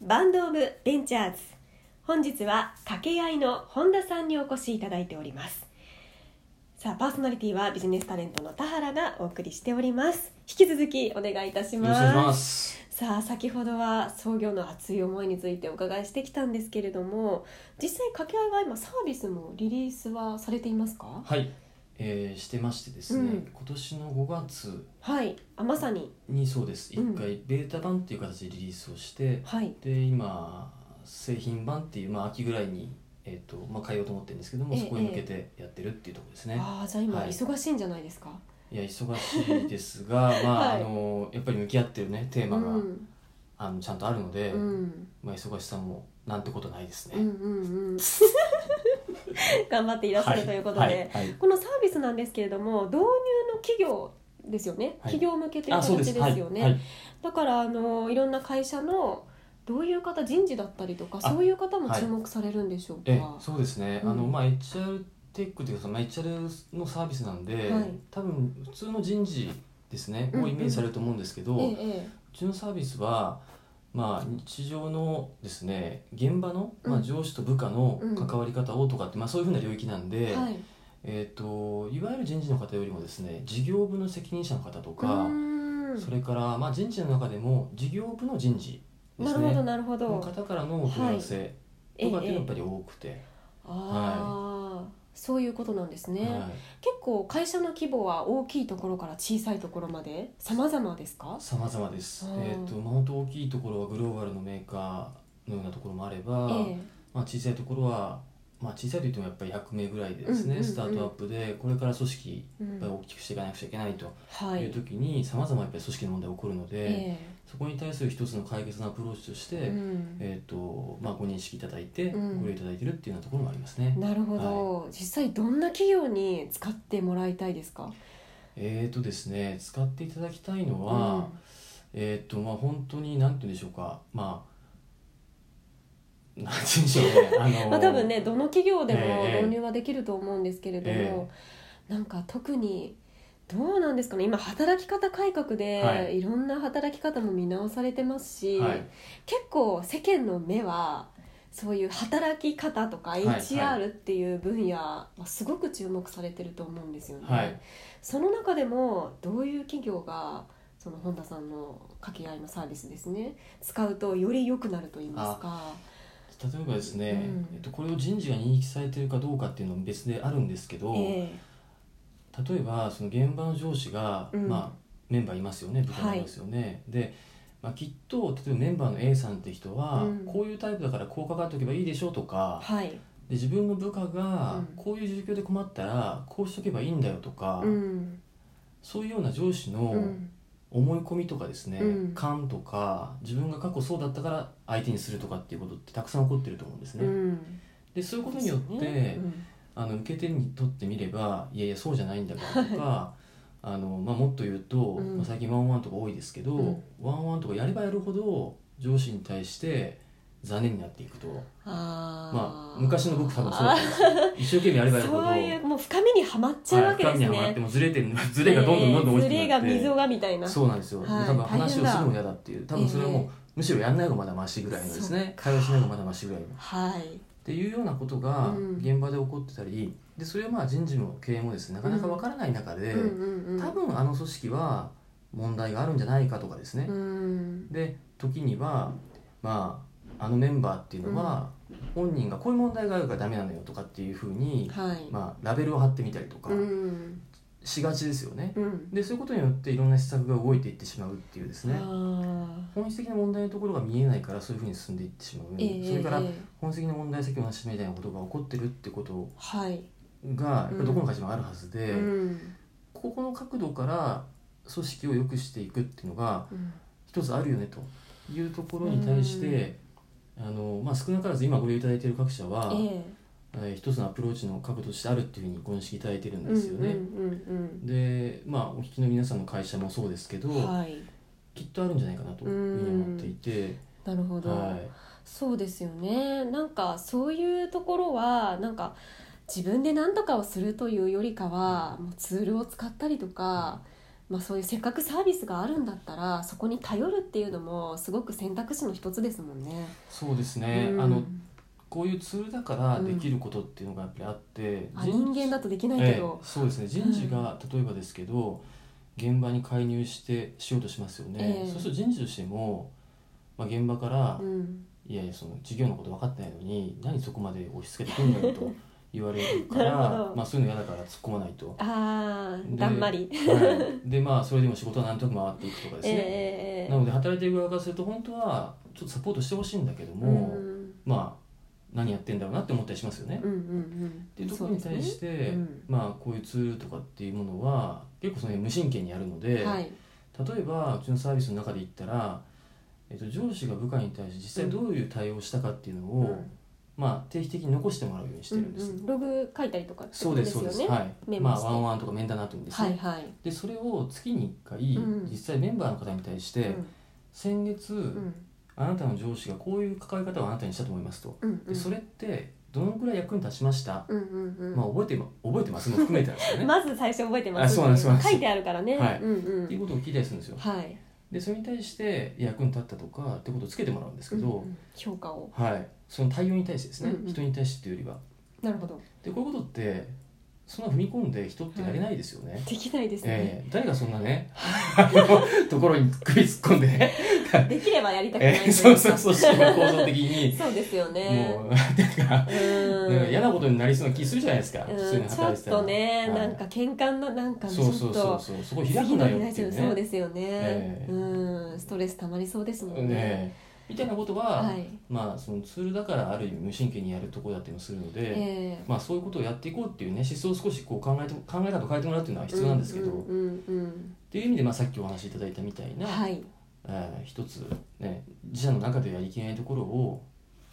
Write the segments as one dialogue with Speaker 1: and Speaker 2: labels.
Speaker 1: バンド・オブ・ベンチャーズ本日は掛け合いの本田さんにお越しいただいておりますさあパーソナリティはビジネスタレントの田原がお送りしております引き続きお願いいたし
Speaker 2: よろ
Speaker 1: ま
Speaker 2: し
Speaker 1: す
Speaker 2: くお願いします。
Speaker 1: さあ先ほどは創業の熱い思いについてお伺いしてきたんですけれども実際掛け合いは今サービスもリリースはされていますか
Speaker 2: はい、えー、してましてですね、
Speaker 1: うん
Speaker 2: 今年の5月
Speaker 1: はいあまさに
Speaker 2: にそうです
Speaker 1: うん
Speaker 2: 1回ベータ版っていう形でリリースをして、
Speaker 1: はい
Speaker 2: で今製品版っていう、まあ、秋ぐらいに、えーとまあ、変えようと思ってるんですけども
Speaker 1: ええ
Speaker 2: そこに向けてやってるっていうところですね。
Speaker 1: ああじゃあ今
Speaker 2: はい
Speaker 1: 忙しいんじゃないですか、
Speaker 2: いや忙しいですが、まあ
Speaker 1: はい
Speaker 2: あのやっぱり向き合ってるねテー
Speaker 1: う
Speaker 2: マが、
Speaker 1: ん
Speaker 2: あのちゃんとあるので、
Speaker 1: うん
Speaker 2: まあ、忙しさもなんてことないですね。
Speaker 1: うん うんうん頑張っていらっしゃるということで、
Speaker 2: はいはい
Speaker 1: このサービスなんですけれども導入の企業ですよね、
Speaker 2: はい
Speaker 1: 企業向けという
Speaker 2: あそう
Speaker 1: 形ですす
Speaker 2: ではい
Speaker 1: よね、
Speaker 2: はい
Speaker 1: だからあのいろんな会社のどういう方人事だったりとか
Speaker 2: あ
Speaker 1: そういう方も
Speaker 2: はい
Speaker 1: 注目されるんでしょうか、
Speaker 2: ええそうですね、
Speaker 1: うん
Speaker 2: あのまあ HR テックというか、まあ、HR のサービスなんで、
Speaker 1: はい
Speaker 2: 多分普通の人事ですね
Speaker 1: うん
Speaker 2: をイメージされると思うんですけど、う
Speaker 1: えええ
Speaker 2: ちのサービスは、まあ、日常のですね現場の、ま
Speaker 1: う
Speaker 2: あ、
Speaker 1: ん
Speaker 2: 上司と部下の
Speaker 1: うん
Speaker 2: 関わり方をとかって、まあ、そういうふうな領域なん
Speaker 1: え
Speaker 2: で、
Speaker 1: はい
Speaker 2: えー、といわゆる人事の方よりもですね事業部の責任者の方と
Speaker 1: う
Speaker 2: か、
Speaker 1: ーん
Speaker 2: それから、まあ、人事の中でも事業部の人事です
Speaker 1: なるほど
Speaker 2: ね
Speaker 1: なるほ
Speaker 2: の
Speaker 1: ど
Speaker 2: 方からのお問い合わせ
Speaker 1: ええ
Speaker 2: とかっていうのが
Speaker 1: え
Speaker 2: やっぱ
Speaker 1: え
Speaker 2: り多くて。
Speaker 1: ああ、そういうことなんですね、
Speaker 2: はい
Speaker 1: 結構会社の規模は大きいところから小さいところまで様々ですか
Speaker 2: 様々です。
Speaker 1: うん
Speaker 2: えっ、とまあ本当大きいところはグローバルのメーカーのようなところもあれば、
Speaker 1: え
Speaker 2: まあ小さいところはまあ小さいといってもやっぱり100名ぐらいでですね、
Speaker 1: うんうんうん
Speaker 2: スタートアップでこれから組織
Speaker 1: えう
Speaker 2: やっぱり
Speaker 1: ん
Speaker 2: 大きくしていかなくちゃいけないと
Speaker 1: はい
Speaker 2: いう時に様々やっぱり組織の問題が起こるので、
Speaker 1: え
Speaker 2: そこに対する一つの解決のアプローチとして、
Speaker 1: えうん
Speaker 2: えっ、とまあご認識いただいて、
Speaker 1: うん
Speaker 2: ご利用いただいてるっていうようなところもありますね。
Speaker 1: なるほど、実際どんな企業に使ってもらいたいですか
Speaker 2: えっ、とですね使っていただきたいのは。えーっとまあ本当になんて言うんでしょうかまあなんて言うんでしょう ねあ
Speaker 1: う
Speaker 2: の
Speaker 1: んまあ、多分ねどの企業でも
Speaker 2: ええ
Speaker 1: 導入はできると思うんですけれども、なんか特にどうなんですかね今働き方改革で、
Speaker 2: はい
Speaker 1: い、ろんな働き方も見直されてますし、
Speaker 2: はい
Speaker 1: 結構世間の目はそういう働き方とか
Speaker 2: いはい
Speaker 1: HR っていう分野はすごく注目されてると思うんですよね。
Speaker 2: はい
Speaker 1: その中でもどういう企業がその本田さんの掛け合いのサービスですね使うとより良くなると言いますか。
Speaker 2: 例えばですね、
Speaker 1: うん
Speaker 2: えっと、これを人事が認識されてるかどうかっていうのも別であるんですけど、
Speaker 1: ええ
Speaker 2: 例えばその現場の上司が、
Speaker 1: うん
Speaker 2: まあ、メンバーいますよね部下もいますよね、で、まあ、きっと例えばメンバーの A さんって人は、
Speaker 1: うん
Speaker 2: こういうタイプだからこうかかっておけばいいでしょうとか
Speaker 1: はい、
Speaker 2: で自分の部下が
Speaker 1: うん
Speaker 2: こういう状況で困ったらこうしとけばいいんだよとか、
Speaker 1: うん
Speaker 2: そういうような上司の、
Speaker 1: うん
Speaker 2: 思い込みとかですね、
Speaker 1: うん
Speaker 2: 感とか自分が過去そうだったから相手にするとかっていうことってたくさん起こってると思うんです
Speaker 1: う
Speaker 2: ね、
Speaker 1: ん、
Speaker 2: でそういうことによって、
Speaker 1: うん
Speaker 2: あの受け手にとってみればいやいやそうじゃないんだからとかあの、まあ、もっと言うと、
Speaker 1: うん
Speaker 2: まあ最近ワンオンワンとか多いですけど、
Speaker 1: うん
Speaker 2: ワンオンワンとかやればやるほど上司に対して残念になっていくと
Speaker 1: あー
Speaker 2: まあ昔の僕多分そうだったんですよ 一生懸命やればやるほど
Speaker 1: そういうもう深みにはまっちゃうわけです
Speaker 2: はい深
Speaker 1: ね。
Speaker 2: みにはまってもうずれてるずれがどんどんどんどん
Speaker 1: ええ
Speaker 2: 大き
Speaker 1: ズレ
Speaker 2: くな
Speaker 1: が
Speaker 2: って、
Speaker 1: 溝がみたいな。
Speaker 2: そうなんですよ、
Speaker 1: はい
Speaker 2: 多分話を
Speaker 1: 大変だ
Speaker 2: するのも嫌だっていう多分それはもう、
Speaker 1: ええ
Speaker 2: むしろやんない方がまだマシぐらいのですね会話しない方がまだマシぐらいのっ
Speaker 1: はい。
Speaker 2: ていうようなことが
Speaker 1: うん
Speaker 2: 現場で起こってたり、でそれはまあ人事も経営もですねなかなかわからない中で、
Speaker 1: うんうんうん。
Speaker 2: 多分あの組織は問題があるんじゃないかとかですね、
Speaker 1: うん。
Speaker 2: で時にはまああのメンバーっていうのは本人がこういう問題があるからダメなのよとかっていうふうに、
Speaker 1: はい。
Speaker 2: まあ、ラベルを貼ってみたりとか
Speaker 1: うん。
Speaker 2: しがちですよね。
Speaker 1: うん。
Speaker 2: でそういうことによっていろんな施策が動いていってしまうっていうですね、
Speaker 1: あ
Speaker 2: 本質的な問題のところが見えないからそういうふうに進んでいってしまう、
Speaker 1: ーええ
Speaker 2: それから
Speaker 1: ええ
Speaker 2: 本質的な問題先をなしみたいなことが起こってるってこと
Speaker 1: はい。
Speaker 2: がやっぱりどこの会社もあるはずで、
Speaker 1: うん。
Speaker 2: ここの角度から組織を良くしていくっていうのが
Speaker 1: うん
Speaker 2: 一つあるよねというところに対して、あのまあ、少なからず今ご利用いただいている各社は、
Speaker 1: ええ
Speaker 2: えー一つのアプローチの角度としてあるっていうふうにご認識いただいてるんですよね。
Speaker 1: うん
Speaker 2: でまあお聞きの皆さんの会社もそうですけど、
Speaker 1: うんうんうん。はい。
Speaker 2: きっとあるんじゃないかなというふうに思っていて、
Speaker 1: なるほど。
Speaker 2: はい、
Speaker 1: そうですよねなんかそういうところはなんか自分で何とかをするというよりかはもうツールを使ったりとか、まあ、そういうせっかくサービスがあるんだったらそこに頼るっていうのもすごく選択肢の一つですもんね。
Speaker 2: そうですね、
Speaker 1: うん
Speaker 2: あのこういうツールだからできることっていうのがやっぱりあって、
Speaker 1: あ人間だとできないけど、
Speaker 2: ええそうですね人事が、例えばですけど現場に介入してしようとしますよね、
Speaker 1: ええ
Speaker 2: そうすると人事としても、まあ、現場から、
Speaker 1: うん、
Speaker 2: いやいやその事業のこと分かってないのに何そこまで押し付けてくんだよ と言われるか
Speaker 1: なるほ
Speaker 2: ら
Speaker 1: ど
Speaker 2: まあそういうの嫌だから突っ込まないと。
Speaker 1: あー
Speaker 2: で
Speaker 1: だんまり。
Speaker 2: はい、でまあそれでも仕事はなんとなく回っていくとかですね、
Speaker 1: ええ
Speaker 2: なので働いてる側からすると本当はちょっとサポートしてほしいんだけども、
Speaker 1: うん
Speaker 2: まあ何やってんだろうなって思ったりしますよね。
Speaker 1: うんうん
Speaker 2: って
Speaker 1: うん、
Speaker 2: いうところに対して、
Speaker 1: そうですねうん
Speaker 2: まあこういうツールとかっていうものは結構その辺無神経にやるので、
Speaker 1: はい、
Speaker 2: 例えばうちのサービスの中で言ったら、えっと、上司が部下に対して実際どういう対応したかっていうのを、
Speaker 1: うん
Speaker 2: まあ定期的に残してもらうようにしてるんです、
Speaker 1: うんうんログ書いたりとかって
Speaker 2: そ
Speaker 1: こ
Speaker 2: う
Speaker 1: と
Speaker 2: ですそう
Speaker 1: よ
Speaker 2: で
Speaker 1: ね
Speaker 2: すは
Speaker 1: メ
Speaker 2: い
Speaker 1: モ
Speaker 2: まあ
Speaker 1: して
Speaker 2: ワンワンとか面談なんて言うんですね、
Speaker 1: はいはい
Speaker 2: でそれを月に1回、
Speaker 1: うん
Speaker 2: 実際メンバーの方に対して、
Speaker 1: うん
Speaker 2: 先月、
Speaker 1: うん
Speaker 2: あなたの上司がこういう関わり方をあなたにしたと思いますと、
Speaker 1: うんうん
Speaker 2: でそれってどのくらい役に立ちました、
Speaker 1: うんうんうん
Speaker 2: まあ覚えてま覚えてますも含めてなんですよね、
Speaker 1: まず最初覚えてます
Speaker 2: あそうなんですそうなんです
Speaker 1: 書いてあるからね、
Speaker 2: はい
Speaker 1: うんう
Speaker 2: っていうんことを聞いたりするんですよ
Speaker 1: はい
Speaker 2: でそれに対して役に立ったとかってことをつけてもらうんですけど、
Speaker 1: うんうん評価を
Speaker 2: はいその対応に対してですね、
Speaker 1: うんうん
Speaker 2: 人に対してというよりは
Speaker 1: なるほど
Speaker 2: でこういうことってそんな踏み込んで人ってやれないですよね、
Speaker 1: できないですね、
Speaker 2: ええ誰がそんなねあのところに首突っ込んでね、
Speaker 1: できればやりたくない
Speaker 2: え
Speaker 1: とい
Speaker 2: え
Speaker 1: う
Speaker 2: そう
Speaker 1: か
Speaker 2: そうそうそう構造的に
Speaker 1: そうですよね
Speaker 2: もうなんか
Speaker 1: うーん
Speaker 2: なんか嫌なことになりそうな気するじゃないですか、普通
Speaker 1: う
Speaker 2: に
Speaker 1: んちょ
Speaker 2: 働い
Speaker 1: って
Speaker 2: たら
Speaker 1: とね、
Speaker 2: はい
Speaker 1: なんか喧嘩ななんかねち
Speaker 2: そうそ
Speaker 1: ょっ
Speaker 2: うそう
Speaker 1: と
Speaker 2: そうそこ開くなよっていうね
Speaker 1: そうですよね、
Speaker 2: ええ
Speaker 1: うんストレス溜まりそうですもんね
Speaker 2: ねみたいなことは、
Speaker 1: はい
Speaker 2: まあそのツールだからある意味無神経にやるところだったりもするので、
Speaker 1: ええ
Speaker 2: まあそういうことをやっていこうっていうね思想を少しこう考えて考え方を変えてもらうっていうのは必要なんですけど、
Speaker 1: うんうんうん
Speaker 2: っていう意味でまあさっきお話しいただいたみたい
Speaker 1: うん
Speaker 2: な、
Speaker 1: はい
Speaker 2: えー一つね自社の中でやりきれないところを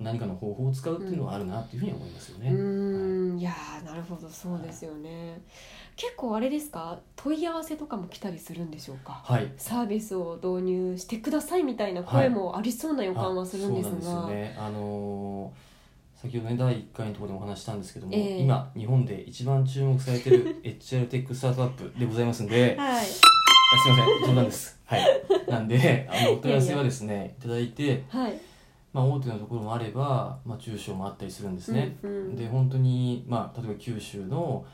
Speaker 2: 何かの方法を使うっていうのはあるなっていうふうに思いますよね。
Speaker 1: うーんいやーなるほどそうですよね、結構あれですか問い合わせとかも来たりするんでしょうか
Speaker 2: はい
Speaker 1: サービスを導入してくださいみたいな声もありそうな予感はするんです
Speaker 2: あそうなんです
Speaker 1: が、
Speaker 2: よね。あのー先ほどね第1回のところでもお話ししたんですけども、
Speaker 1: ええ
Speaker 2: 今日本で一番注目されてる HR テックスタートアップでございますんで、
Speaker 1: はい
Speaker 2: あすいま せん冗談です。はい。なんであのお問い合わせはですねいただいて、
Speaker 1: はい
Speaker 2: まあ大手のところもあれば、まあ中小もあったりするんですね。
Speaker 1: うんうん
Speaker 2: で本当にまあ例えば九州の、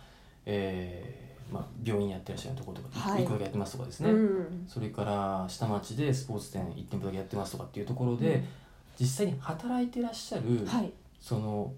Speaker 2: えーまあ病院やってらっしゃるところとか、
Speaker 1: はい
Speaker 2: 一個だけやってますとかです
Speaker 1: う
Speaker 2: ね。
Speaker 1: ん
Speaker 2: それから下町でスポーツ店1店舗だけやってますとかっていうところで、
Speaker 1: うん
Speaker 2: 実際に働いてらっしゃる、
Speaker 1: はい
Speaker 2: その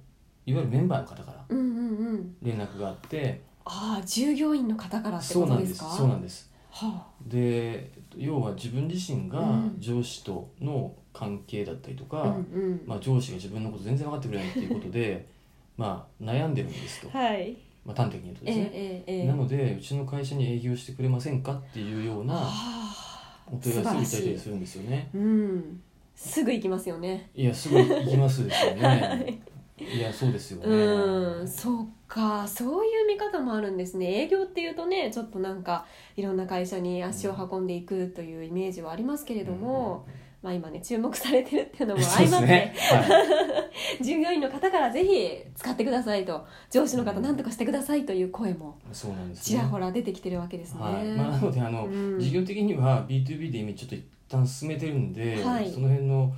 Speaker 2: いわゆるメンバーの方から
Speaker 1: うんうんうん
Speaker 2: 連絡があって
Speaker 1: ああ従業員の方からって
Speaker 2: そ
Speaker 1: こ
Speaker 2: うな
Speaker 1: と
Speaker 2: ん
Speaker 1: で
Speaker 2: ですす
Speaker 1: か
Speaker 2: そうなんです
Speaker 1: は
Speaker 2: で要は自分自身が
Speaker 1: うん
Speaker 2: 上司との関係だったりとか、
Speaker 1: あ、うんうん
Speaker 2: まあ、上司が自分のこと全然分かってくれないっていうことで まあ悩んでるんですと、
Speaker 1: はい
Speaker 2: まあ、端的に言うと
Speaker 1: ええ
Speaker 2: ですね、
Speaker 1: ええええ
Speaker 2: なのでうちの会社に営業してくれませんかっていうような
Speaker 1: ああ
Speaker 2: お問い合わせをいただいたり
Speaker 1: 素
Speaker 2: するんですよね
Speaker 1: 晴らしいうんすぐ行きますよね
Speaker 2: いやすぐ行きますです よね。いやそうですよね。
Speaker 1: うん、そうか、そういう見方もあるんですね。営業っていうとね、ちょっとなんかいろんな会社に足を運んでいくというイメージはありますけれども、まあ今ね注目されてるっていうの
Speaker 2: うん、
Speaker 1: も
Speaker 2: そ
Speaker 1: 相
Speaker 2: うで
Speaker 1: ますって、
Speaker 2: ね。 はい
Speaker 1: 従業員の方からぜひ使ってくださいと、上司の方なんとかしてくださいという声も
Speaker 2: そうなんです、
Speaker 1: ちらほら出てきてるわけですね。
Speaker 2: はい。まあなのであの、
Speaker 1: うん
Speaker 2: 事業的には B2B で今ちょっと一旦進めてるんで、
Speaker 1: はい
Speaker 2: その辺の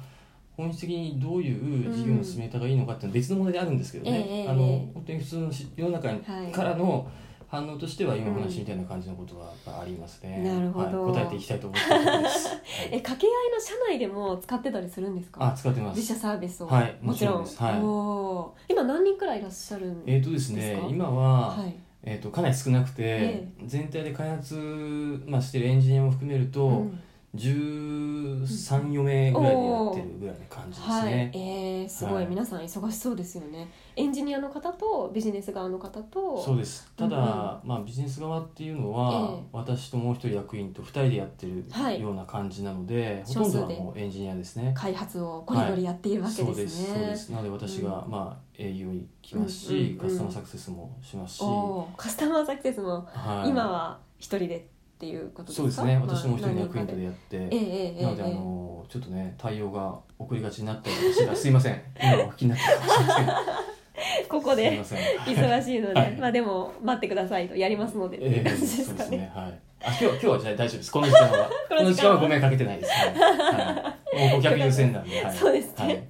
Speaker 2: 本質的にどういう事業の進め方がいいのかっていうのは別の問題であるんですけどね。
Speaker 1: ええ
Speaker 2: あ
Speaker 1: え
Speaker 2: の
Speaker 1: え
Speaker 2: 本当に普通のし世の中に
Speaker 1: はい
Speaker 2: からの反応としては今お話みたいな感じのことはやっぱありますね。
Speaker 1: なるほど
Speaker 2: はい、答えていきたいと思っているところです。はい
Speaker 1: え、掛け合いの社内でも使ってたりするんです
Speaker 2: あ
Speaker 1: か？
Speaker 2: 使ってます。
Speaker 1: 自社サービスを、
Speaker 2: はい
Speaker 1: もちろん。
Speaker 2: もちろんですはい
Speaker 1: おー今何人くらいいらっしゃるん
Speaker 2: えっ、とです
Speaker 1: です
Speaker 2: ね
Speaker 1: か
Speaker 2: 今は。
Speaker 1: はい。
Speaker 2: えー、とかなり少なくて、
Speaker 1: え
Speaker 2: 全体で開発、まあ、してるエンジニアも含めると、
Speaker 1: うん
Speaker 2: 134名ぐらいでやってるぐらいの感じです
Speaker 1: はい、
Speaker 2: ね。
Speaker 1: えー、すごい、
Speaker 2: はい
Speaker 1: 皆さん忙しそうですよねエンジニアの方とビジネス側の方と
Speaker 2: そうですただ、
Speaker 1: うんうん
Speaker 2: まあ、ビジネス側っていうのは、
Speaker 1: ええ
Speaker 2: 私ともう一人役員と二人でやってる
Speaker 1: はい
Speaker 2: ような感じなので、ほ
Speaker 1: 少
Speaker 2: とん
Speaker 1: 数
Speaker 2: ど
Speaker 1: で
Speaker 2: はもうエンジニアですね。
Speaker 1: 開発をゴリゴリやっているわけ
Speaker 2: そうで
Speaker 1: ですすね、
Speaker 2: そうですなので私が、
Speaker 1: う
Speaker 2: まあ、営業に来ますし、
Speaker 1: うんうんうん
Speaker 2: カスタマーサクセスもしますし、
Speaker 1: おーカスタマーサクセスも
Speaker 2: はい、
Speaker 1: 今は一人でっていうことですか
Speaker 2: そうですね
Speaker 1: まあ
Speaker 2: 私も一人の
Speaker 1: 何
Speaker 2: 役員と
Speaker 1: か
Speaker 2: でやって。
Speaker 1: ええええええ
Speaker 2: なので、あのちょっとね対応が遅れがちになったりとかしてたらすい ません今お聞きになってるかもしれません
Speaker 1: え えここ
Speaker 2: すい
Speaker 1: で
Speaker 2: ません
Speaker 1: 忙しいので、
Speaker 2: はい
Speaker 1: まあでも待ってくださいとやりますのでっていう
Speaker 2: ええ
Speaker 1: 感じで
Speaker 2: そ
Speaker 1: す
Speaker 2: うで
Speaker 1: か
Speaker 2: す
Speaker 1: ね、
Speaker 2: ねはいあ今日今日はじゃあ大丈夫ですこの時間は
Speaker 1: こ
Speaker 2: こ
Speaker 1: の
Speaker 2: の
Speaker 1: 時
Speaker 2: 時
Speaker 1: 間は
Speaker 2: 間はご迷惑かけてないですはい、 はい、もう顧客優先なんで、はい、
Speaker 1: そうですね
Speaker 2: はい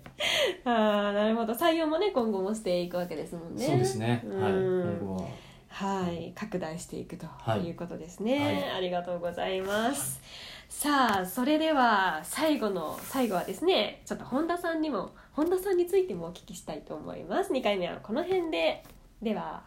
Speaker 1: ああなるほど採用もね今後もしていくわけですもんね
Speaker 2: そうですねはい
Speaker 1: うん
Speaker 2: 今後は
Speaker 1: はい、拡大していくと
Speaker 2: はい
Speaker 1: いうことですね、
Speaker 2: はい
Speaker 1: ありがとうございますさあそれでは最後の最後はですねちょっと本田さんにも本田さんについてもお聞きしたいと思います2回目はこの辺ででは